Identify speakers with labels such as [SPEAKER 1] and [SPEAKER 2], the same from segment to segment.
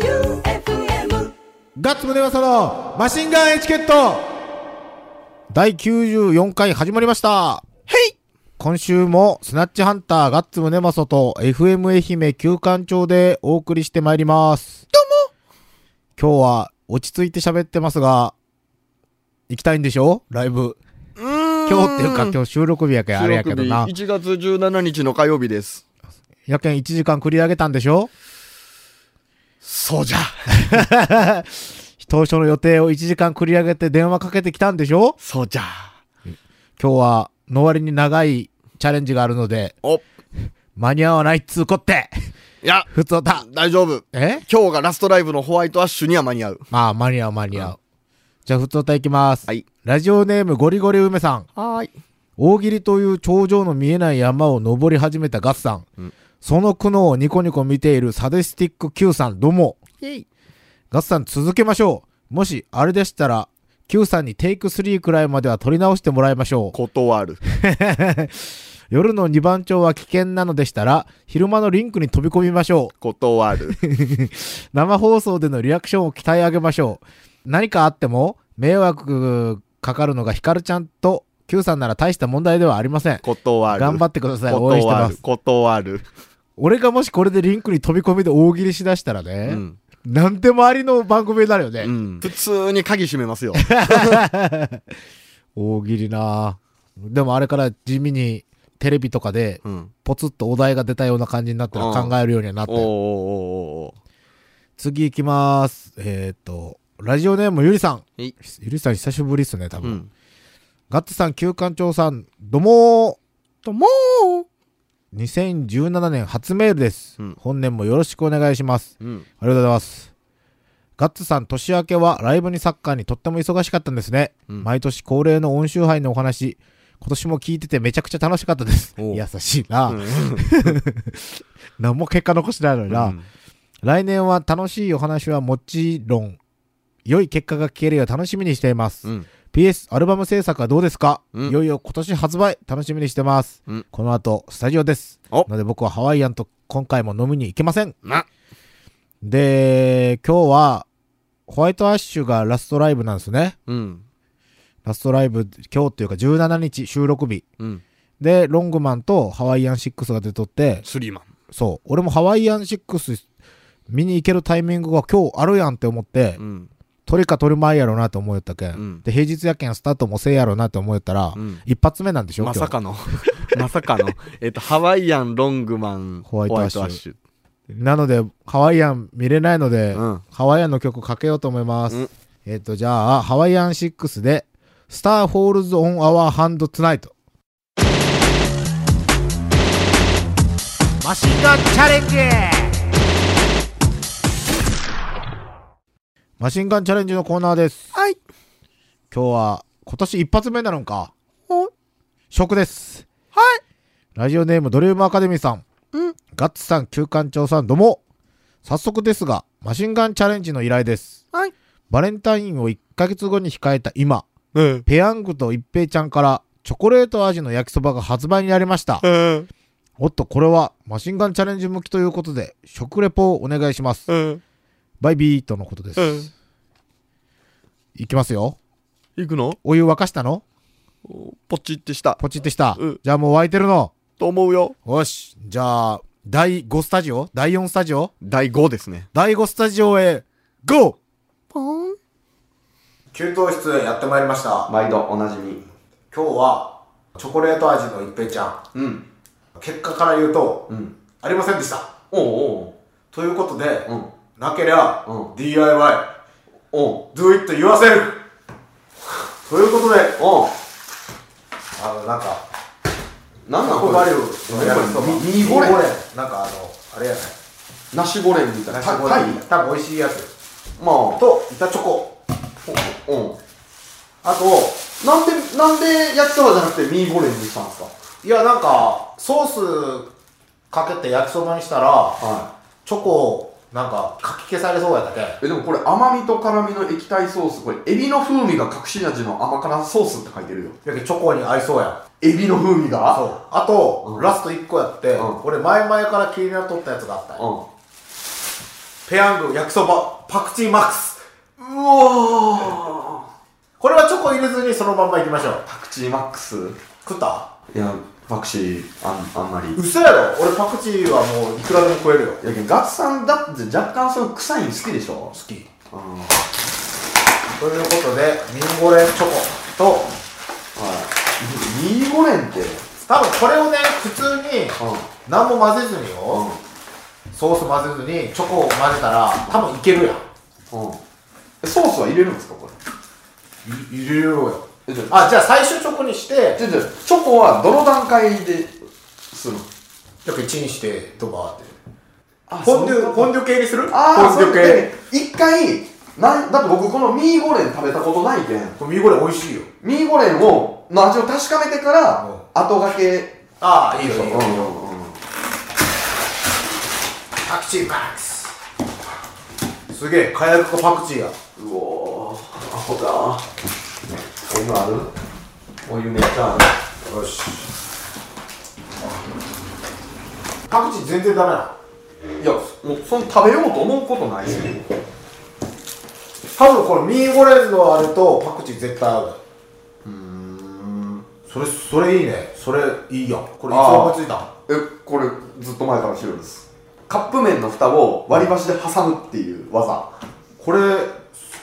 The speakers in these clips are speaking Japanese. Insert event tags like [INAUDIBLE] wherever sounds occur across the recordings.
[SPEAKER 1] J-O-E-U-F-M
[SPEAKER 2] ガッツムネマソのマシンガンエチケット第94回始まりました
[SPEAKER 3] はい
[SPEAKER 2] 今週もスナッチハンターガッツムネマソと FM 愛媛旧館長でお送りしてまいります。どうも今日は落ち着いて喋ってますが、行きたいんでしょライブ。
[SPEAKER 3] 今
[SPEAKER 2] 今日っていうか今日収録日やけんあれやけどな。
[SPEAKER 3] 1月17日の火曜日です。
[SPEAKER 2] やけん1時間繰り上げたんでしょ
[SPEAKER 3] そうじゃ。
[SPEAKER 2] 当初の予定を1時間繰り上げて電話かけてきたんでしょ
[SPEAKER 3] そうじゃ。
[SPEAKER 2] 今日は、の割に長いチャレンジがあるので、
[SPEAKER 3] お、い
[SPEAKER 2] 間に合わないっつうこって、 [LAUGHS]
[SPEAKER 3] や、
[SPEAKER 2] ふつおた。
[SPEAKER 3] 大丈夫。
[SPEAKER 2] え
[SPEAKER 3] 今日がラストライブのホワイトアッシュには間に合う。
[SPEAKER 2] まあ、間に合う間に合う。じゃあ、ふつおたいきます。
[SPEAKER 3] はい。
[SPEAKER 2] ラジオネームゴリゴリ梅さん。
[SPEAKER 3] はーい。
[SPEAKER 2] 大喜利という頂上の見えない山を登り始めたガッさん。
[SPEAKER 3] うん
[SPEAKER 2] その苦悩をニコニコ見ているサディスティック Q さん、どうも。ガッさん、続けましょう。もし、あれでしたら、Q さんにテイク3くらいまでは取り直してもらいましょう。
[SPEAKER 3] 断る。
[SPEAKER 2] [LAUGHS] 夜の二番町は危険なのでしたら、昼間のリンクに飛び込みましょう。
[SPEAKER 3] 断る。
[SPEAKER 2] 生放送でのリアクションを鍛え上げましょう。何かあっても、迷惑かかるのがヒカルちゃんと Q さんなら大した問題ではありません。
[SPEAKER 3] 断る。
[SPEAKER 2] 頑張
[SPEAKER 3] っ
[SPEAKER 2] ってください。応援して
[SPEAKER 3] 断
[SPEAKER 2] ま
[SPEAKER 3] る。
[SPEAKER 2] す。
[SPEAKER 3] 断る。
[SPEAKER 2] 俺がもしこれでリンクに飛び込みで大喜利しだしたらね、
[SPEAKER 3] うん。
[SPEAKER 2] なんでもありの番組になるよね。
[SPEAKER 3] うん。普通に鍵閉めますよ。
[SPEAKER 2] 大喜利なぁでもあれから地味にテレビとかで
[SPEAKER 3] うん。
[SPEAKER 2] ポツッとお題が出たような感じになったら
[SPEAKER 3] うん
[SPEAKER 2] 考えるようにはなった
[SPEAKER 3] おーお
[SPEAKER 2] よ
[SPEAKER 3] ーおーお
[SPEAKER 2] 次行きます。えーっと、ラジオネームゆりさん。
[SPEAKER 3] はい
[SPEAKER 2] ゆりさん久しぶりっすね、多
[SPEAKER 3] ー。う
[SPEAKER 2] 分。
[SPEAKER 3] ん。
[SPEAKER 2] ガッツさん、旧館長さん、どうも
[SPEAKER 3] とも
[SPEAKER 2] ー2017年初メールです、
[SPEAKER 3] うん
[SPEAKER 2] 本年もよろしくお願いします。
[SPEAKER 3] ー。うん。
[SPEAKER 2] ありがとうございます。ガッツさん、年明けはライブにサッカーにとっても忙しかったんですね。
[SPEAKER 3] うん
[SPEAKER 2] 毎年恒例の温州杯のお話、今年も聞いててめちゃくちゃ楽しかったです。
[SPEAKER 3] おう
[SPEAKER 2] 優しいな、
[SPEAKER 3] うん
[SPEAKER 2] 何も結果残してないのにな、来年は楽しいお話はもちろん、良い結果が聞けるよう楽しみにしています。
[SPEAKER 3] うん。
[SPEAKER 2] PS、アルバム制作はどうですか、
[SPEAKER 3] うん
[SPEAKER 2] いよいよ今年発売、楽しみにしてます。
[SPEAKER 3] うん
[SPEAKER 2] この後、スタジオです。
[SPEAKER 3] お
[SPEAKER 2] ので僕はハワイアンと今回も飲みに行けません。
[SPEAKER 3] な。
[SPEAKER 2] で、今日は、ホワイトアッシュがラストライブなんですね。
[SPEAKER 3] うん。
[SPEAKER 2] ラストライブ、今日というか17日収録日。
[SPEAKER 3] うん。
[SPEAKER 2] で、ロングマンとハワイアン6が出とって、
[SPEAKER 3] スリーマン。
[SPEAKER 2] そう、俺もハワイアン6見に行けるタイミングが今日あるやんって思って、
[SPEAKER 3] うん。
[SPEAKER 2] 取りか取る前やろうなと思いよったけん。
[SPEAKER 3] うん
[SPEAKER 2] で、平日やけんスタートもせえやろうなと思いよったら、
[SPEAKER 3] うん
[SPEAKER 2] 一発目なんでしょ
[SPEAKER 3] まさかの、まさかの、えっと、ハワイアン、ロングマン、
[SPEAKER 2] ホワイトアッシュ
[SPEAKER 3] ュ。
[SPEAKER 2] なので、ハワイアン見れないので、
[SPEAKER 3] うん
[SPEAKER 2] ハワイアンの曲かけようと思います。
[SPEAKER 3] うん
[SPEAKER 2] えっ、と、じゃあ、ハワイアン6で、スターホールズオンアワーハンドツナイト。マシンガンチャレンジマシンガンチャレンジのコーナーです。
[SPEAKER 3] はい。
[SPEAKER 2] 今日は、今年一発目なのか。
[SPEAKER 3] お
[SPEAKER 2] ショックです。
[SPEAKER 3] はい。
[SPEAKER 2] ラジオネームドリームアカデミーさん。
[SPEAKER 3] うん
[SPEAKER 2] ガッツさん、旧館長さん、どうも。早速ですが、マシンガンチャレンジの依頼です。
[SPEAKER 3] はい。
[SPEAKER 2] バレンタインを1ヶ月後に控えた今、
[SPEAKER 3] うん。
[SPEAKER 2] ペヤングと一平ちゃんからチョコレート味の焼きそばが発売になりました。
[SPEAKER 3] うん。
[SPEAKER 2] おっと、これはマシンガンチャレンジ向きということで、食レポをお願いします。
[SPEAKER 3] うん。
[SPEAKER 2] バイビーとのことです。
[SPEAKER 3] うん
[SPEAKER 2] いきますよ。
[SPEAKER 3] 行くの
[SPEAKER 2] お湯沸かしたの
[SPEAKER 3] ポチってした。
[SPEAKER 2] ポチってした。
[SPEAKER 3] うん
[SPEAKER 2] じゃあもう沸いてるの。
[SPEAKER 3] と思うよ。
[SPEAKER 2] よし。じゃあ、第5スタジオ第4スタジオ
[SPEAKER 3] 第5ですね。
[SPEAKER 2] 第5スタジオへ、GO!
[SPEAKER 3] ポン。
[SPEAKER 2] 給湯室へやってまいりました。
[SPEAKER 3] 毎度おなじみ。
[SPEAKER 2] 今日は、チョコレート味の一平ちゃん。
[SPEAKER 3] うん。
[SPEAKER 2] 結果から言うと、
[SPEAKER 3] うん。
[SPEAKER 2] ありませんでした。
[SPEAKER 3] おうおう
[SPEAKER 2] ということで、
[SPEAKER 3] うん。
[SPEAKER 2] なけりゃ、
[SPEAKER 3] う
[SPEAKER 2] DIY、
[SPEAKER 3] おう
[SPEAKER 2] do it 言わせるということで、
[SPEAKER 3] おう
[SPEAKER 2] あの、なんか、
[SPEAKER 3] なんなん
[SPEAKER 2] タコ
[SPEAKER 3] こ
[SPEAKER 2] バリ
[SPEAKER 3] れ
[SPEAKER 2] ューのやるそば。
[SPEAKER 3] ミミゴレン
[SPEAKER 2] ミゴレンなんかあの、あれやない。
[SPEAKER 3] ナシゴレンみたいな。
[SPEAKER 2] タコ
[SPEAKER 3] タイ
[SPEAKER 2] 多分美味しいやつ。
[SPEAKER 3] まあ。
[SPEAKER 2] と、板チョコ。
[SPEAKER 3] うん。
[SPEAKER 2] あと、
[SPEAKER 3] なんで、なんで焼きそばじゃなくてミーゴレンにしたんですか
[SPEAKER 2] いやなんかソースかけて焼きそばにしたら
[SPEAKER 3] は
[SPEAKER 2] チョコなんかかき消されそうやったけん
[SPEAKER 3] い。え、でもこれ甘みと辛みの液体ソース、これエビの風味が隠し味の甘辛ソースって書いてるよ。
[SPEAKER 2] やけんチョコに合いそうやん
[SPEAKER 3] エビの風味が
[SPEAKER 2] そうあと、
[SPEAKER 3] うん
[SPEAKER 2] ラスト1個やって、
[SPEAKER 3] うん
[SPEAKER 2] 俺前々から気になっとったやつがあったんや
[SPEAKER 3] う
[SPEAKER 2] ペヤング、焼きそば、パクチーマックス。
[SPEAKER 3] うおー
[SPEAKER 2] これはチョコ入れずにそのまんまいきましょう。
[SPEAKER 3] パクチーマックス
[SPEAKER 2] 食った
[SPEAKER 3] いやパクチーあんあんまり
[SPEAKER 2] 嘘やろ俺パクチーはもういくらでも食えるよ。
[SPEAKER 3] いやけどガッツさんだって若干そういう臭いの好きでしょ
[SPEAKER 2] 好き。
[SPEAKER 3] うんはい
[SPEAKER 2] ということで、ミンゴレンチョコと、
[SPEAKER 3] ミーゴレンって
[SPEAKER 2] 多分これをね、普通に
[SPEAKER 3] う
[SPEAKER 2] 何も混ぜずに
[SPEAKER 3] んう
[SPEAKER 2] よ、
[SPEAKER 3] ん
[SPEAKER 2] ソース混ぜずにチョコを混ぜたら多分いけるやん。
[SPEAKER 3] うんえソースは入れるんですかこれ
[SPEAKER 2] い入れようよ。
[SPEAKER 3] えじゃあ
[SPEAKER 2] あ、じゃあ最初チョコにして、
[SPEAKER 3] じゃあじゃあチョコはどの段階でするの
[SPEAKER 2] ちょっとチンして、ドバーって。
[SPEAKER 3] あ
[SPEAKER 2] フォンデ
[SPEAKER 3] そうい
[SPEAKER 2] ュ、
[SPEAKER 3] うこ
[SPEAKER 2] フ
[SPEAKER 3] と
[SPEAKER 2] ォンデュ系にする
[SPEAKER 3] ああ
[SPEAKER 2] フ
[SPEAKER 3] そ
[SPEAKER 2] ォン
[SPEAKER 3] れ
[SPEAKER 2] デュ系。
[SPEAKER 3] で一回なんだって僕このミーゴレン食べたことないけん
[SPEAKER 2] これミンゴレン美味しいよ。
[SPEAKER 3] ミーゴレンをの味を確かめてから
[SPEAKER 2] うん
[SPEAKER 3] 後掛け
[SPEAKER 2] ああ、いいよ、
[SPEAKER 3] うん
[SPEAKER 2] いいよ。
[SPEAKER 3] うんうん
[SPEAKER 2] パクチーマックスすげえ火薬とパクチーや
[SPEAKER 3] うおーアホだお湯あるお湯めっちゃある
[SPEAKER 2] よしパクチー全然ダメなの
[SPEAKER 3] いやもうその食べようと思うことないよ、
[SPEAKER 2] 多分このミーゴレンのあれとパクチー絶対合ううーんそれそれいいねそれいいやんこれいつ思いついたん
[SPEAKER 3] えこれずっと前から知るんですカップ麺の蓋を割り箸で挟むっていう技
[SPEAKER 2] これ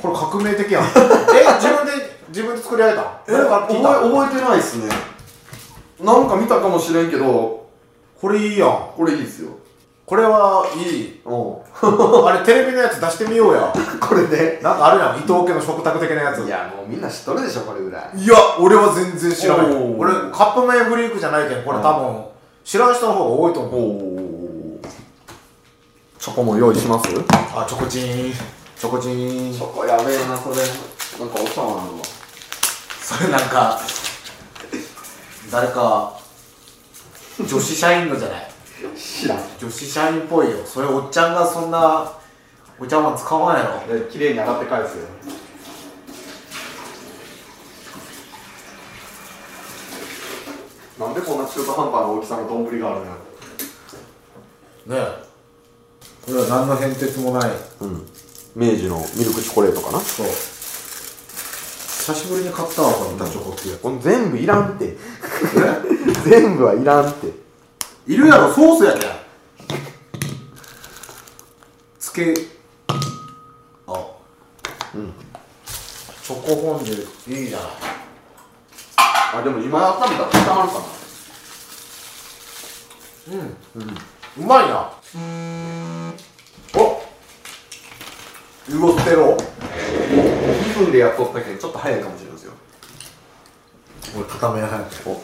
[SPEAKER 2] これ革命 [LAUGHS] 的やんえ自分で自分で作り上げたん
[SPEAKER 3] え
[SPEAKER 2] 誰から
[SPEAKER 3] 覚
[SPEAKER 2] 聞
[SPEAKER 3] え
[SPEAKER 2] いた
[SPEAKER 3] 覚えてないっすねなんか見たかもしれんけど
[SPEAKER 2] これいいやん
[SPEAKER 3] これいいっすよ
[SPEAKER 2] これはい [LAUGHS] い
[SPEAKER 3] うん [LAUGHS] こ
[SPEAKER 2] あれテレビのやつ出してみようや
[SPEAKER 3] れで
[SPEAKER 2] なんかあるやん伊藤家の食卓的なやつ
[SPEAKER 3] いやもうみんな知っとるでしょこれぐらい
[SPEAKER 2] いや、俺は全然知らない。
[SPEAKER 3] おー
[SPEAKER 2] 俺、カップ麺フリークじゃないけん、これ多分、知らん人の方が多いと思う。
[SPEAKER 3] おチョコも用意しますチ
[SPEAKER 2] あ、チョコチーン。チョコチーン。
[SPEAKER 3] ョコやべえなそれなんかお茶碗あるわ
[SPEAKER 2] それなんか、誰か、女子社員のじゃない
[SPEAKER 3] 知らん
[SPEAKER 2] 女子社員っぽいよ。それおっちゃんがそんな、お茶碗使わんやろ。
[SPEAKER 3] いや綺麗に洗って返すよなんでこんな中途半端な大きさの丼があるんや
[SPEAKER 2] ねえ。これは何の変哲もない。
[SPEAKER 3] うん明治のミルクチョコレートかな
[SPEAKER 2] そう。久しぶりに買ったわ、この板チョコっていうやつ。
[SPEAKER 3] これ全部いらんって [LAUGHS] 全部はいらんって
[SPEAKER 2] いるやろ、ソースやけん。つけ、あ、うん。チョコフォンデュ、いいじゃない。
[SPEAKER 3] あでも今やったみたら固まるか
[SPEAKER 2] うまいな。おうおってろ。
[SPEAKER 3] な2分でやっとったけどちょっと早いかもしれないですよ
[SPEAKER 2] 俺、片目早く。
[SPEAKER 3] お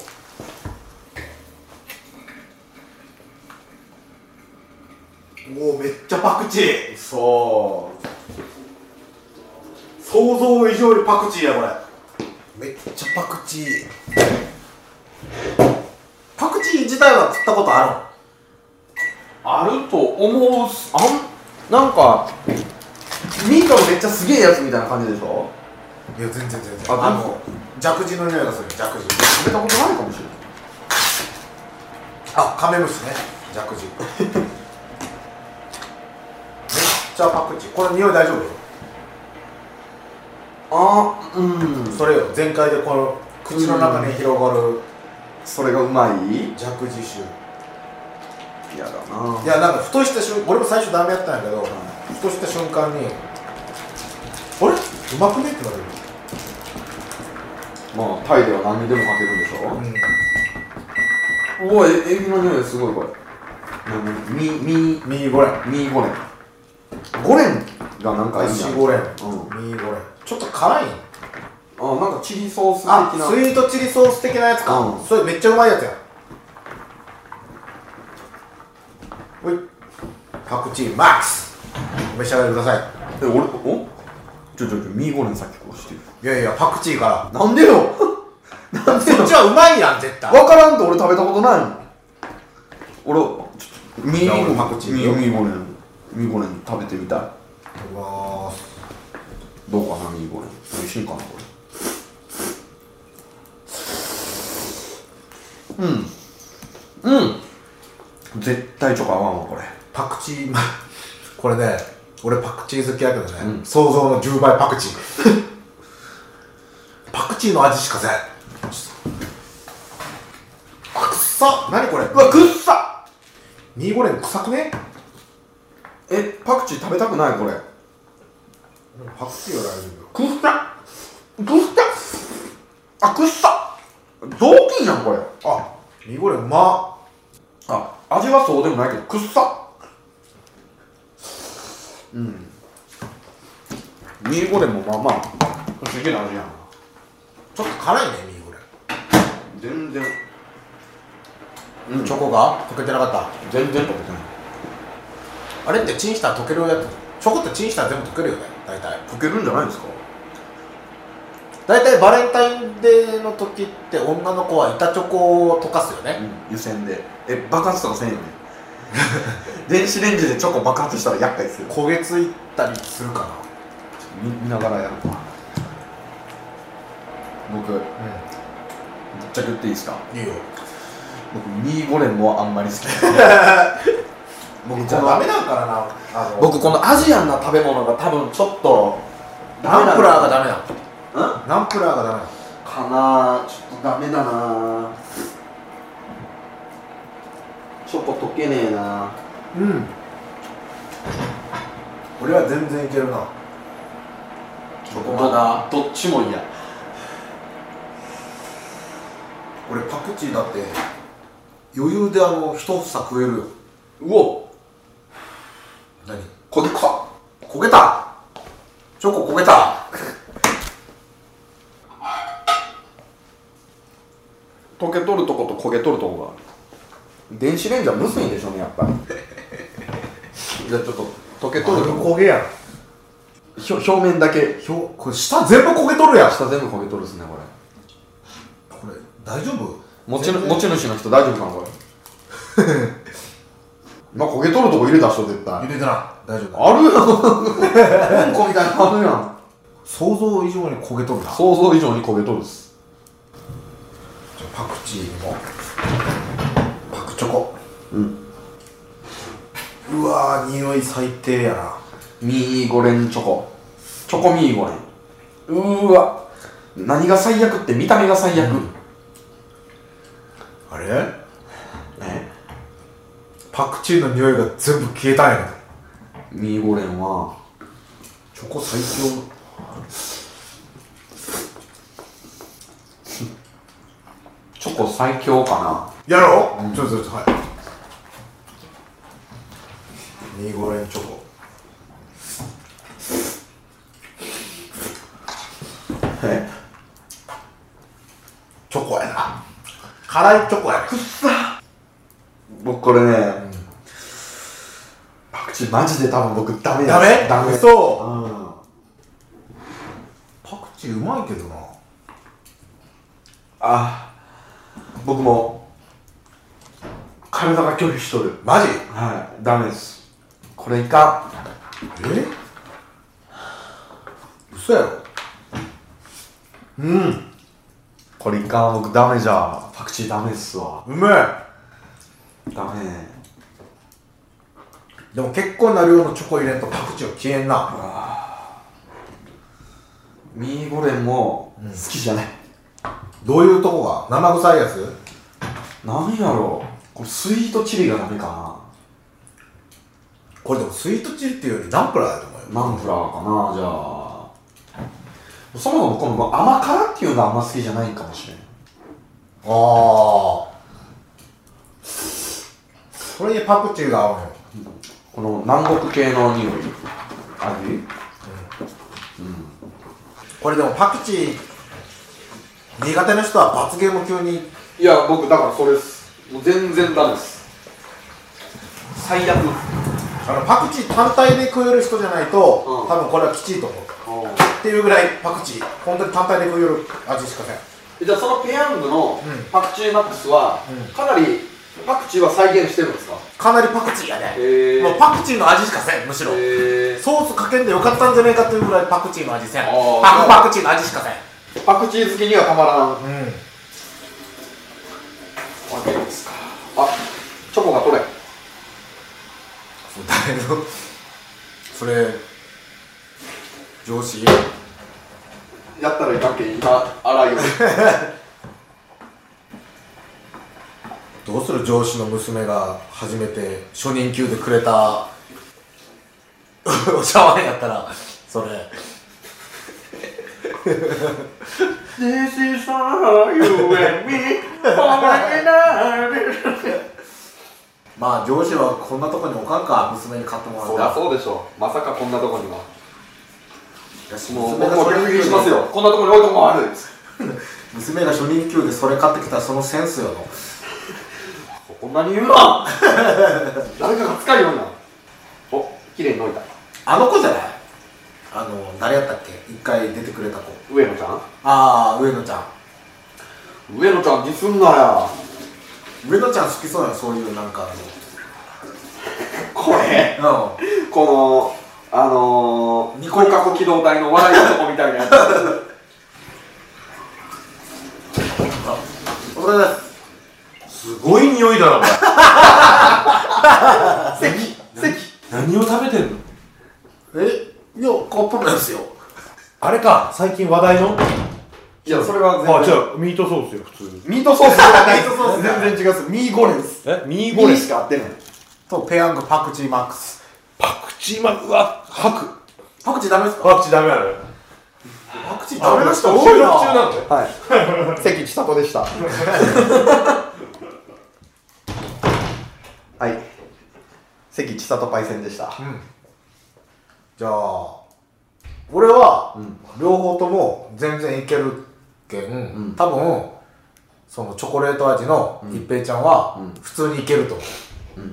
[SPEAKER 2] もうめっちゃパクチー。
[SPEAKER 3] そう
[SPEAKER 2] 想像以上にパクチーや、これ。めっちゃパクチー。パクチー自体は食ったことあ
[SPEAKER 3] あると思うすあんなんかミートのめっちゃすげえやつみたいな感じでしょ
[SPEAKER 2] るいや、全然全然。
[SPEAKER 3] あ
[SPEAKER 2] あの、弱児の匂いがする、弱児。
[SPEAKER 3] 食べたことないかもしれない
[SPEAKER 2] あ、カメムシね、ジャクジ。めっちゃパクチー。これ匂い大丈夫よ。
[SPEAKER 3] あーうん
[SPEAKER 2] それよ、全開でこの口の中に広がる
[SPEAKER 3] それがうまい
[SPEAKER 2] ジャクジ種。
[SPEAKER 3] 嫌だない
[SPEAKER 2] や、なんかふとした瞬、俺も最初ダメやったんやけど、ふとした瞬間に、あれうまくねってなるよ。
[SPEAKER 3] まあタイでは何にでもかけるんでしょ、うおいエビの匂いすごいこれ何ミミ
[SPEAKER 2] ミーゴレン。
[SPEAKER 3] ミゴレンゴレンがなんかいい
[SPEAKER 2] シ
[SPEAKER 3] な
[SPEAKER 2] ーゴレン。
[SPEAKER 3] う
[SPEAKER 2] ミーゴレン。ちょっと辛いん
[SPEAKER 3] あなんかチリソース的
[SPEAKER 2] あ、
[SPEAKER 3] な
[SPEAKER 2] スイートチリソース的なやつか。
[SPEAKER 3] うん
[SPEAKER 2] それめっちゃうまいやつや。ほい。パクチーマックス。お召し上がりください。
[SPEAKER 3] え俺おちょちょちょミーゴレンさっきこうしてる
[SPEAKER 2] いやいや、パクチーか
[SPEAKER 3] なんでよ [LAUGHS] な
[SPEAKER 2] ら。
[SPEAKER 3] ん
[SPEAKER 2] そ
[SPEAKER 3] で
[SPEAKER 2] っ
[SPEAKER 3] よ
[SPEAKER 2] ちはうまいやん、絶対。
[SPEAKER 3] わからんと俺食べたことないの俺ちょっとミ
[SPEAKER 2] いや
[SPEAKER 3] ー
[SPEAKER 2] 俺
[SPEAKER 3] ゴ
[SPEAKER 2] パ
[SPEAKER 3] レン
[SPEAKER 2] クチー
[SPEAKER 3] ミミーゴレンミーゴレン食べてみたい
[SPEAKER 2] わー
[SPEAKER 3] どうかなミーゴレン美味しいかなこれうんうん絶対チョコ合わんわこれ
[SPEAKER 2] [LAUGHS] パクチーマ、これね、俺パクチー好きやけどね、想像の10倍パクチー [LAUGHS] パクチーの味しかせんあくっさ何これ
[SPEAKER 4] うわくっさ
[SPEAKER 2] 25年臭くね
[SPEAKER 4] えパクチー食べたくないこれ
[SPEAKER 2] パクチーは大丈夫よ
[SPEAKER 4] くっさくっさあくっさ雑巾やんこれ
[SPEAKER 2] あ25年うまっ
[SPEAKER 4] あ味はそうでもないけどくっさうん25でもまあまあ不思議な味やん
[SPEAKER 2] ちょっと辛いね25年
[SPEAKER 4] 全然
[SPEAKER 2] チョコが溶けてなかった
[SPEAKER 4] 全然と思ってない
[SPEAKER 2] あれってチンしたら溶けるやつチョコってチンしたら全部溶けるよね大体
[SPEAKER 4] 溶けるんじゃないですか
[SPEAKER 2] 大体バレンタインデーの時って女の子は板チョコを溶かすよね、
[SPEAKER 4] 湯煎でえ爆発とかせん [LAUGHS] よね電子レンジでチョコ爆発したら厄介ですよ
[SPEAKER 2] 焦げついたりするか
[SPEAKER 4] 見見ながらやるか僕ぶっ
[SPEAKER 2] なう
[SPEAKER 4] ちゃけ言っていいですか
[SPEAKER 2] んいいよ
[SPEAKER 4] 僕25年もあん [LAUGHS] まり好きじゃない
[SPEAKER 2] 僕
[SPEAKER 4] じゃあ
[SPEAKER 2] ダメなんかなあの
[SPEAKER 4] 僕このアジアンな食べ物が多分ちょっと
[SPEAKER 2] ナンプラーがダメなの
[SPEAKER 4] なん
[SPEAKER 2] ナンプラーがダメなの
[SPEAKER 4] かなちょっとダメだなチョコ溶けねえな
[SPEAKER 2] うん俺は全然いけるな
[SPEAKER 4] チョコまだどっちも嫌
[SPEAKER 2] 俺パクチーだって余裕であの一房食えるよ
[SPEAKER 4] うお
[SPEAKER 2] 何
[SPEAKER 4] こでか
[SPEAKER 2] 焦げたチョコ焦げた
[SPEAKER 4] 溶けとるとこと焦げとるとこがある電子レンジはむずいんでしょうねやっ [LAUGHS] ぱりじゃあちょっと溶けとるとこ
[SPEAKER 2] 焦げやん
[SPEAKER 4] ひょ表面だけ
[SPEAKER 2] ひょこれ下全部焦げとるやん
[SPEAKER 4] 下全部焦げとるっすねこれ
[SPEAKER 2] これ大丈夫
[SPEAKER 4] 持ちぬ持ち主の人大丈夫かなこれ [LAUGHS] まあ焦げとるとこ入れたっしょ絶対
[SPEAKER 2] 入れてない大丈夫だ
[SPEAKER 4] [LAUGHS] あるやんうんこみたいなのあるやん
[SPEAKER 2] 想像以上に焦げとるなじゃ
[SPEAKER 4] 想像以上に焦げとるっす
[SPEAKER 2] あパクチーにもパクチョコ
[SPEAKER 4] うん
[SPEAKER 2] うわー匂い最低やな
[SPEAKER 4] ミーゴレンチョコチョコミーゴレンうーわ何が最悪って見た目が最悪、
[SPEAKER 2] あれ
[SPEAKER 4] ね
[SPEAKER 2] パクチーの匂いが全部消えたんや
[SPEAKER 4] ミーゴレンは
[SPEAKER 2] チョコ最強
[SPEAKER 4] チョコ最強か
[SPEAKER 2] やろう、ちょっとちょっとはいニーゴレンチョコ
[SPEAKER 4] なえ
[SPEAKER 2] チョコやな辛いチョコやくっ
[SPEAKER 4] 僕これね、パクチーマジで多分僕ダメ
[SPEAKER 2] ダメ
[SPEAKER 4] ダメ
[SPEAKER 2] そう
[SPEAKER 4] うん
[SPEAKER 2] パクチーうまいけどな
[SPEAKER 4] あ僕も体が拒否しとる
[SPEAKER 2] マジ
[SPEAKER 4] はいダメですこれいか
[SPEAKER 2] え嘘やろ
[SPEAKER 4] んこれいかん僕ダメじゃパクチーダメっすわ
[SPEAKER 2] うめえ
[SPEAKER 4] ダメ
[SPEAKER 2] でも結構な量のチョコ入れんとパクチーは消えんな
[SPEAKER 4] ミーゴレンも好きじゃない、
[SPEAKER 2] どういうとこが生臭いやつ
[SPEAKER 4] なん、やろうこれスイートチリがダメか
[SPEAKER 2] これでもスイートチリっていうよりナンプラーだと思うよ
[SPEAKER 4] なナンプラーかなじゃあそもそもこの甘辛っていうのはあんま好きじゃないかもしれん
[SPEAKER 2] ああそれにパクチーが合うのよ
[SPEAKER 4] この南国系の匂い味
[SPEAKER 2] これでもパクチー苦手な人は罰ゲーム級に
[SPEAKER 4] いや僕だからそれですもう全然ダメです最悪
[SPEAKER 2] あのパクチー単体で食える人じゃないと、
[SPEAKER 4] うん
[SPEAKER 2] 多分これはきちいと思うっていうぐらいパクチー本当に単体で食える味しかせん
[SPEAKER 4] じゃあそのペヤングの
[SPEAKER 2] うん
[SPEAKER 4] パクチーマックスは、
[SPEAKER 2] うん
[SPEAKER 4] かなりパクチーは再現してるんですか
[SPEAKER 2] かなりパクチーやね、
[SPEAKER 4] へー
[SPEAKER 2] もうパクチーの味しかせんむしろ、
[SPEAKER 4] へ
[SPEAKER 2] ソースかけんでよかったんじゃねえかというぐらいパクチーの味せん
[SPEAKER 4] あー
[SPEAKER 2] パクパクチーの味しかせん
[SPEAKER 4] パクチー好きにはたまらんわ
[SPEAKER 2] うん
[SPEAKER 4] けですか [LAUGHS] あチョコが取れ
[SPEAKER 2] そうだけどそそれ上司
[SPEAKER 4] やったらいかんけん今洗いよ
[SPEAKER 2] どうする上司の娘が初めて初任給でくれた [LAUGHS] お茶碗やったらそれ
[SPEAKER 4] This is all you and me
[SPEAKER 2] まあ上司はこんなとこに置かんか娘に買ってもら
[SPEAKER 4] そりゃそうでしょまさかこんなとこには
[SPEAKER 2] うし
[SPEAKER 4] もう
[SPEAKER 2] 娘
[SPEAKER 4] 僕
[SPEAKER 2] が
[SPEAKER 4] も
[SPEAKER 2] 初
[SPEAKER 4] 逆
[SPEAKER 2] 任給で
[SPEAKER 4] ギしますよこんなとこに置いても悪い
[SPEAKER 2] 娘が初任給でそれ買ってきたらそのセンスよの
[SPEAKER 4] こんなに言うな [LAUGHS] 誰かが使うようなお綺麗に置いた
[SPEAKER 2] あの子じゃないあの誰やったっけ一回出てくれた子
[SPEAKER 4] 上野ちゃん
[SPEAKER 2] ああ上野ちゃん
[SPEAKER 4] 上野ちゃんディスんなや
[SPEAKER 2] 上野ちゃん好きそうやんそういうなんか
[SPEAKER 4] これ
[SPEAKER 2] あのうん
[SPEAKER 4] このあのー、
[SPEAKER 2] ニ
[SPEAKER 4] 二
[SPEAKER 2] コニ
[SPEAKER 4] 広
[SPEAKER 2] コ
[SPEAKER 4] 角機動隊の笑い男みたいなやつ
[SPEAKER 2] 俺だ
[SPEAKER 5] すごい匂いだなお
[SPEAKER 2] [LAUGHS]
[SPEAKER 5] 前
[SPEAKER 4] 席席
[SPEAKER 5] [LAUGHS] 何を食べてんの
[SPEAKER 2] えいやカップ麺ですよ
[SPEAKER 5] あれか最近話題の
[SPEAKER 4] いやそれは
[SPEAKER 5] あ
[SPEAKER 4] 全
[SPEAKER 5] じ
[SPEAKER 4] 然
[SPEAKER 5] ゃあミートソースよ普通に
[SPEAKER 4] ミートソースではない
[SPEAKER 2] ミートソースだ
[SPEAKER 4] 全然違うっすミーゴレンス
[SPEAKER 5] えミー
[SPEAKER 4] ミ
[SPEAKER 5] ゴレン
[SPEAKER 4] ーしか合ってない
[SPEAKER 2] とペヤングパクチーマックス
[SPEAKER 5] パクチーマうわ吐く
[SPEAKER 2] パクチーダメですか
[SPEAKER 5] パクチーダメなのよ
[SPEAKER 2] パクチーダメな人多い
[SPEAKER 5] 収録中な
[SPEAKER 2] な
[SPEAKER 5] のよ
[SPEAKER 4] はい関千里
[SPEAKER 2] [LAUGHS]
[SPEAKER 4] でしたはい関千里パイセンでした、
[SPEAKER 2] じゃあ俺は、両方とも全然いけるけん、多分そのチョコレート味の一平ちゃんは、普通にいけると思う
[SPEAKER 4] っ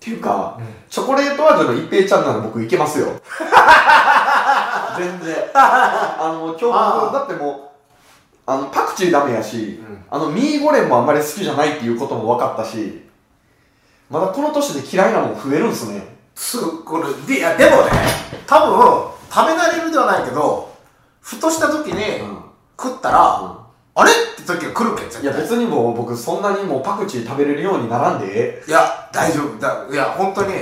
[SPEAKER 4] ていうか、チョコレート味の一平ちゃんなら僕いけま
[SPEAKER 3] [LAUGHS]
[SPEAKER 4] すよ全然あの今日
[SPEAKER 2] あー
[SPEAKER 4] だってもうあのパクチーダメやし、あのミーゴレンもあんまり好きじゃないっていうことも分かったしまだこの年で嫌いなもん増えるんすね
[SPEAKER 2] すぐこれでいやでもね多分食べ慣れるではないけどふとした時に、
[SPEAKER 4] うん
[SPEAKER 2] 食ったら、
[SPEAKER 4] うん
[SPEAKER 2] あれって時が来るけん絶
[SPEAKER 4] いや
[SPEAKER 2] 対いや
[SPEAKER 4] 別にもう僕そんなにもうパクチー食べれるようにならんでええ
[SPEAKER 2] 大丈夫だいや本当に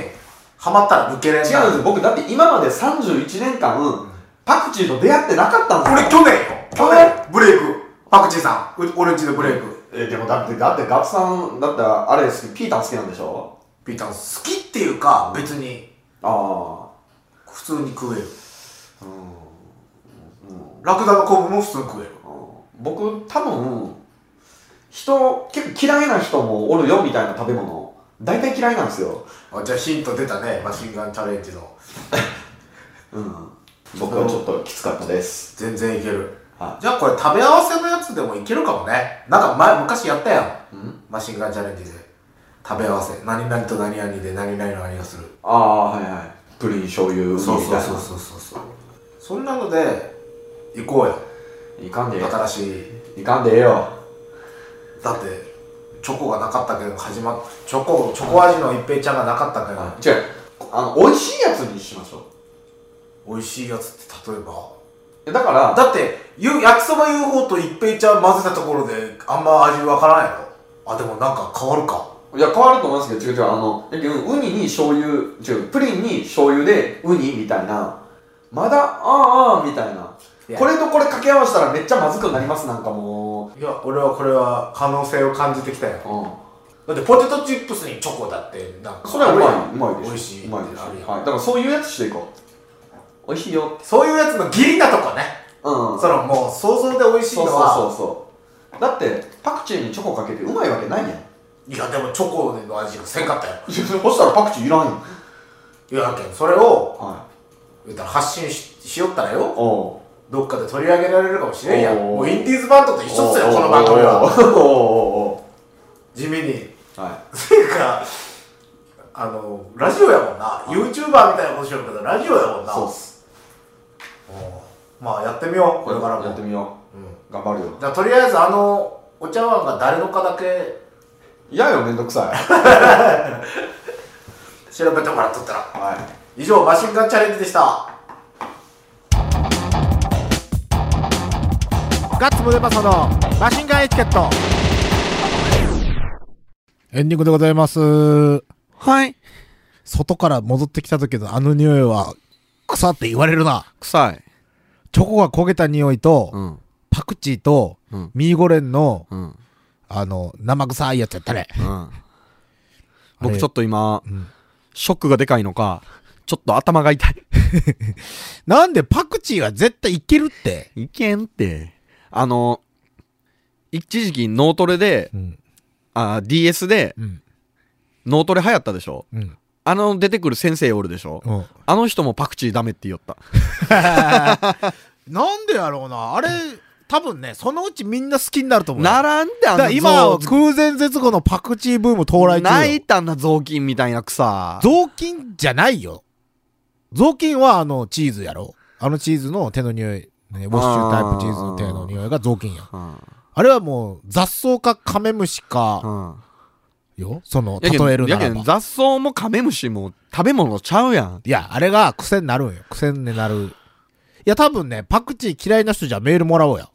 [SPEAKER 2] ハマったら抜けれん
[SPEAKER 4] 違うんで
[SPEAKER 2] な
[SPEAKER 4] す僕だって今まで31年間、パクチーと出会ってなかったん
[SPEAKER 2] 俺
[SPEAKER 4] ですよ
[SPEAKER 2] 去年よ去年ブレイクパクチーさんう俺んちでブレイク、
[SPEAKER 4] えでもだってだってガッツさんだってあれ好きピータン好きなんでしょ
[SPEAKER 2] ピーター好きっていうか別に
[SPEAKER 4] あ
[SPEAKER 2] 普通に食える、ラクダの昆布も普通に食える
[SPEAKER 4] あ僕多分人結構嫌いな人もおるよみたいな食べ物大体嫌いなんですよ、
[SPEAKER 2] あじゃあヒント出たねマシンガンチャレンジの
[SPEAKER 4] うん、僕はちょっときつかったです
[SPEAKER 2] 全然いける、
[SPEAKER 4] はい
[SPEAKER 2] じゃあこれ食べ合わせのやつでもいけるかもねなんか前昔やったやん、マシンガンチャレンジで食べ合わせ何々と何々で何々の何をする
[SPEAKER 4] ああはいはいプリン醤油みたい
[SPEAKER 2] そ
[SPEAKER 4] な
[SPEAKER 2] うそうそうそうそうそうそんなので行こうよ
[SPEAKER 4] いかんでえ
[SPEAKER 2] 新しい
[SPEAKER 4] えいかんでええよ
[SPEAKER 2] だってチョコがなかったけど始まっチョコチョコ味の一平ちゃんがなかったけど、
[SPEAKER 4] 違うあの美味しいやつにしましょう
[SPEAKER 2] 美味しいやつって例えば
[SPEAKER 4] いやだから
[SPEAKER 2] だってゆ焼きそば UFO と一平ちゃん混ぜたところであんま味わからんやろあでもなんか変わるか
[SPEAKER 4] いや、変わると思いますけど、違う違う、あの、だけどウニに醤油、違う、プリンに醤油でウニみたいな、まだ、あーあーみたいな。
[SPEAKER 2] いや
[SPEAKER 4] これとこれ掛け合わせたらめっちゃまずくなります、なんかも
[SPEAKER 2] いや俺はこれは可能性を感じてきたよ
[SPEAKER 4] う。うん。
[SPEAKER 2] だってポテトチップスにチョコだってなんか
[SPEAKER 4] それはうまい、うまいでしょ。
[SPEAKER 2] 美味しいう
[SPEAKER 4] まいでしょ。
[SPEAKER 2] あ
[SPEAKER 4] は
[SPEAKER 2] るやん
[SPEAKER 4] い。だからそういうやつしていこう。美味しいよって。
[SPEAKER 2] そういうやつの義理なとこね
[SPEAKER 4] うん。
[SPEAKER 2] そのもう想像で美味しいの
[SPEAKER 4] そうそう
[SPEAKER 2] は
[SPEAKER 4] そうそう。だって、パクチーにチョコかけてうまいわけないやん。い
[SPEAKER 2] いやでもチョコの味がせんかったよ
[SPEAKER 4] やそしたらパクチーいらんやん。
[SPEAKER 2] いやけんそれを
[SPEAKER 4] はい。
[SPEAKER 2] 言ったら発信ししよったらよ
[SPEAKER 4] おう。
[SPEAKER 2] どっかで取り上げられるかもしれんやん
[SPEAKER 4] おー
[SPEAKER 2] もうインディーズバンドと一緒っすよこの番組
[SPEAKER 4] お
[SPEAKER 2] は
[SPEAKER 4] うおうおうおうお
[SPEAKER 2] 地味に
[SPEAKER 4] うは
[SPEAKER 2] っていうかあのラジオやもんな YouTuber みたいなことしよるけどラジオやもん
[SPEAKER 4] い。
[SPEAKER 2] な
[SPEAKER 4] そうっす。
[SPEAKER 2] うんまあやってみようこれからも、
[SPEAKER 4] やって
[SPEAKER 2] じ
[SPEAKER 4] みよ
[SPEAKER 2] う
[SPEAKER 4] う。頑張るよ。
[SPEAKER 2] ゃあとりあえずあのお茶碗が誰のかだけ
[SPEAKER 4] 嫌よ、めんどくさい。
[SPEAKER 2] 調べてもらっとったら
[SPEAKER 4] はい。
[SPEAKER 2] 以上マシンガンチャレンジでした
[SPEAKER 6] ガッツムデパソのマシンガンエチケットエンディングでございます。
[SPEAKER 3] はい。
[SPEAKER 2] 外から戻ってきた時のあの匂いは、草って言われるな。
[SPEAKER 3] 臭い。
[SPEAKER 2] チョコが焦げた匂いと、
[SPEAKER 3] うん。
[SPEAKER 2] パクチーと、
[SPEAKER 3] うん
[SPEAKER 2] ミーゴレンの、
[SPEAKER 3] うん。うん。
[SPEAKER 2] あの、生臭いやつやったね。
[SPEAKER 3] 僕ちょっと今、
[SPEAKER 2] ん
[SPEAKER 3] ショックがでかいのか、ちょっと頭が痛い。
[SPEAKER 2] なんでパクチーは絶対いけるって。
[SPEAKER 3] いけんって。あの、一時期脳トレで、
[SPEAKER 2] うん。
[SPEAKER 3] あ、DS で
[SPEAKER 2] うん。
[SPEAKER 3] 脳トレ流行ったでしょ
[SPEAKER 2] うん。
[SPEAKER 3] あの出てくる先生おるでしょ
[SPEAKER 2] うん。
[SPEAKER 3] あの人もパクチーダメって言おった。
[SPEAKER 2] なんでやろうな。あれ、多分ね、そのうちみんな好きになると思うよ。
[SPEAKER 3] ならんであ
[SPEAKER 2] だ
[SPEAKER 3] ん
[SPEAKER 2] から
[SPEAKER 3] な
[SPEAKER 2] 今
[SPEAKER 3] 雑、巾
[SPEAKER 2] 空前絶後のパクチーブーム到来中
[SPEAKER 3] 泣
[SPEAKER 2] よ
[SPEAKER 3] い。たんな雑巾みたいな草。
[SPEAKER 2] 雑巾じゃないよ。雑巾はあのチーズやろ。あのチーズの手の匂い、ね、ウォッシュタイプチーズの手の匂いが雑巾や。
[SPEAKER 3] うん
[SPEAKER 2] あれはもう雑草かカメムシか
[SPEAKER 3] うん
[SPEAKER 2] よ。その、
[SPEAKER 3] やけん
[SPEAKER 2] 例えるな
[SPEAKER 3] や
[SPEAKER 2] ら
[SPEAKER 3] けん
[SPEAKER 2] ば。
[SPEAKER 3] 雑草もカメムシも食べ物ちゃうやん。
[SPEAKER 2] いや、あれが癖になるんよ。癖になる。いや、多分ね、パクチー嫌いな人じゃメールもらおうや。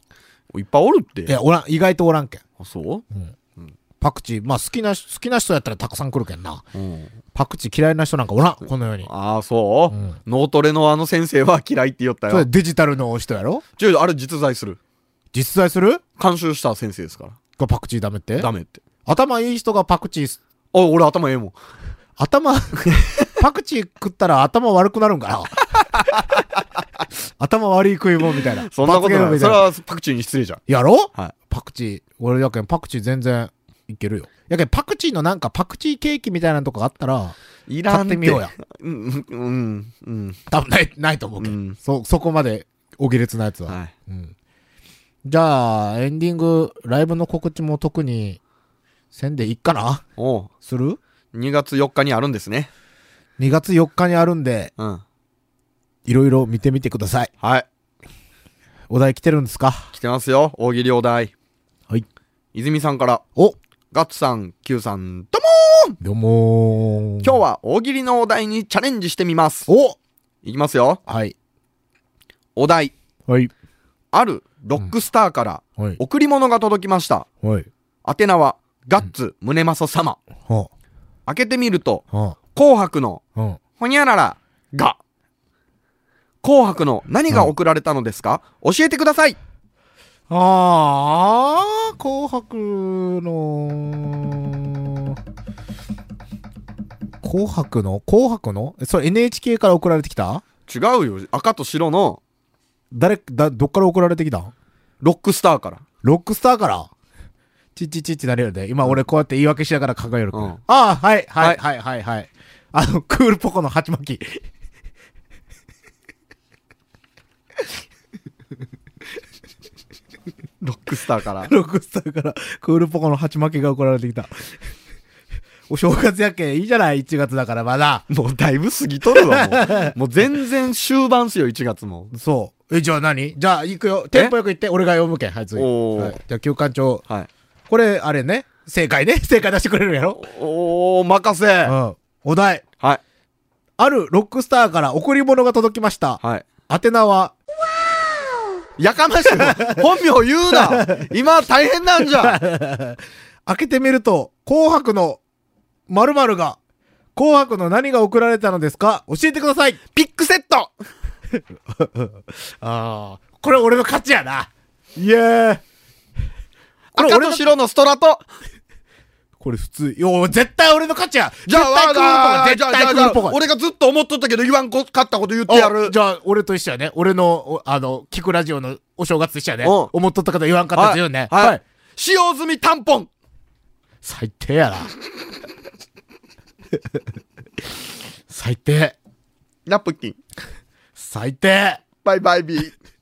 [SPEAKER 3] いっぱいおるって。
[SPEAKER 2] いや、おらん、意外とおらんけん。
[SPEAKER 3] あそう
[SPEAKER 2] パクチー、まあ好きな、好きな人やったらたくさん来るけんな。
[SPEAKER 3] うん。
[SPEAKER 2] パクチー嫌いな人なんかおらん、このように。
[SPEAKER 3] ああ、そ
[SPEAKER 2] う
[SPEAKER 3] う、
[SPEAKER 2] ん
[SPEAKER 3] 脳トレのあの先生は嫌いって言った
[SPEAKER 2] それ
[SPEAKER 3] よ。
[SPEAKER 2] デジタルの人やろ
[SPEAKER 3] ちょ、あれ実在する。
[SPEAKER 2] 実在する
[SPEAKER 3] 監修した先生ですか
[SPEAKER 2] がパクチーダメって
[SPEAKER 3] ら。ダメって。
[SPEAKER 2] 頭いい人がパクチーす、
[SPEAKER 3] あ、俺頭ええもん。
[SPEAKER 2] 頭、 [LAUGHS] パクチー食ったら頭悪くなるんか
[SPEAKER 3] [LAUGHS]
[SPEAKER 2] な頭悪い食い物みたいな。
[SPEAKER 3] そんなこ
[SPEAKER 2] 罰
[SPEAKER 3] と
[SPEAKER 2] ゲーム
[SPEAKER 3] な
[SPEAKER 2] み
[SPEAKER 3] い。
[SPEAKER 2] た
[SPEAKER 3] そ
[SPEAKER 2] い
[SPEAKER 3] れ
[SPEAKER 2] な
[SPEAKER 3] はパクチーに失礼じゃん。
[SPEAKER 2] やろ
[SPEAKER 3] はい。
[SPEAKER 2] パクチー。俺やけん、パクチー全然いけるよ。やけん、パクチーのなんかパクチーケーキみたいなのとかあったら、
[SPEAKER 3] いら
[SPEAKER 2] 買
[SPEAKER 3] ん
[SPEAKER 2] ってみようや。。
[SPEAKER 3] うん、うん、うん。
[SPEAKER 2] 多分ない、ないと思うけど。
[SPEAKER 3] うん
[SPEAKER 2] そ、そこまで、お下劣なやつは。
[SPEAKER 3] はい。
[SPEAKER 2] うん。じゃあ、エンディング、ライブの告知も特に、せんでいっかな
[SPEAKER 3] おう
[SPEAKER 2] する
[SPEAKER 3] 2月4日にあるんですね。
[SPEAKER 2] ?2 月4日にあるんで、
[SPEAKER 3] うん。
[SPEAKER 2] いろいろ見てみてください。
[SPEAKER 3] はい。
[SPEAKER 2] お題来てるんですか
[SPEAKER 3] 来てますよ。大喜利お題。
[SPEAKER 2] はい。
[SPEAKER 3] 泉さんから、
[SPEAKER 2] お
[SPEAKER 3] ガッツさん、Q さん、とも
[SPEAKER 2] どうもー
[SPEAKER 3] 今日は大喜利のお題にチャレンジしてみます。
[SPEAKER 2] お
[SPEAKER 3] いきますよ。
[SPEAKER 2] はい。
[SPEAKER 3] お題。
[SPEAKER 2] はい。
[SPEAKER 3] あるロックスターから
[SPEAKER 2] はい。
[SPEAKER 3] 贈り物が届きました。
[SPEAKER 2] はい。
[SPEAKER 3] 宛名は、ガッツ、宗正様。
[SPEAKER 2] は
[SPEAKER 3] 開けてみると、
[SPEAKER 2] あ、は
[SPEAKER 3] 紅白の、
[SPEAKER 2] あ、は
[SPEAKER 3] ほにゃらら、が、紅白の何が送られたのですか、教えてください。
[SPEAKER 2] あ。あー、紅白の、紅白の紅白のえそれ NHK から送られてきた
[SPEAKER 3] 違うよ。赤と白の
[SPEAKER 2] 誰、だ、どっから送られてきたん
[SPEAKER 3] ロックスターから。
[SPEAKER 2] ロックスターからちっちっちっちなれるで。今俺こうやって言い訳しながら考えるから。
[SPEAKER 3] うん
[SPEAKER 2] ああ、はい、は、
[SPEAKER 3] はいい
[SPEAKER 2] はい、はい、はい。あの、クールポコの鉢巻き。
[SPEAKER 3] ロックスターから。
[SPEAKER 2] ロックスターからクールポコの鉢巻きが送られてきた。お正月やけんいいじゃない ?1 月だからまだ。
[SPEAKER 3] もうだいぶ過ぎとるわ、もう。もう全然終盤っすよ、1月も。
[SPEAKER 2] そう。え、じゃあ何じゃあ行くよ。テンポよく行って、俺が読むけん。はい、次。
[SPEAKER 3] おー
[SPEAKER 2] はい、じゃあ、休館長。
[SPEAKER 3] はい。
[SPEAKER 2] これ、あれね。正解ね。 [LAUGHS] 正解出してくれるんやろ
[SPEAKER 3] おー、任せ。
[SPEAKER 2] う
[SPEAKER 3] は
[SPEAKER 2] ん。お題。
[SPEAKER 3] い。
[SPEAKER 2] あるロックスターから贈り物が届きました。
[SPEAKER 3] はい。
[SPEAKER 2] 宛名は、
[SPEAKER 3] やかましいわ本名言うな今大変なんじゃ
[SPEAKER 2] 開けてみると、紅白の〇〇が、紅白の何が送られたのですか教えてください
[SPEAKER 3] ピックセット
[SPEAKER 2] [LAUGHS] ああ。これ俺の勝ちやな。いえー。これ
[SPEAKER 3] 赤
[SPEAKER 2] 俺の
[SPEAKER 3] と白のストラト
[SPEAKER 2] これ普通。よー、絶対俺の勝ちや
[SPEAKER 3] じゃあ、わあ
[SPEAKER 2] 絶対クールポコ絶対クールポコ
[SPEAKER 3] 俺がずっと思っとったけど言わんこかったこと言って
[SPEAKER 2] お
[SPEAKER 3] やる。
[SPEAKER 2] じゃあ、俺と一緒やね。俺の、おあの、聞くラジオのお正月と一緒やね。
[SPEAKER 3] おう
[SPEAKER 2] 思っとった方言わんかったやつ言うね。
[SPEAKER 3] はい。はい。使用済みタンポン
[SPEAKER 2] 最低
[SPEAKER 3] [LAUGHS]
[SPEAKER 2] やな。最低。
[SPEAKER 3] ナプキン。
[SPEAKER 2] 最低。
[SPEAKER 3] バイバイビー。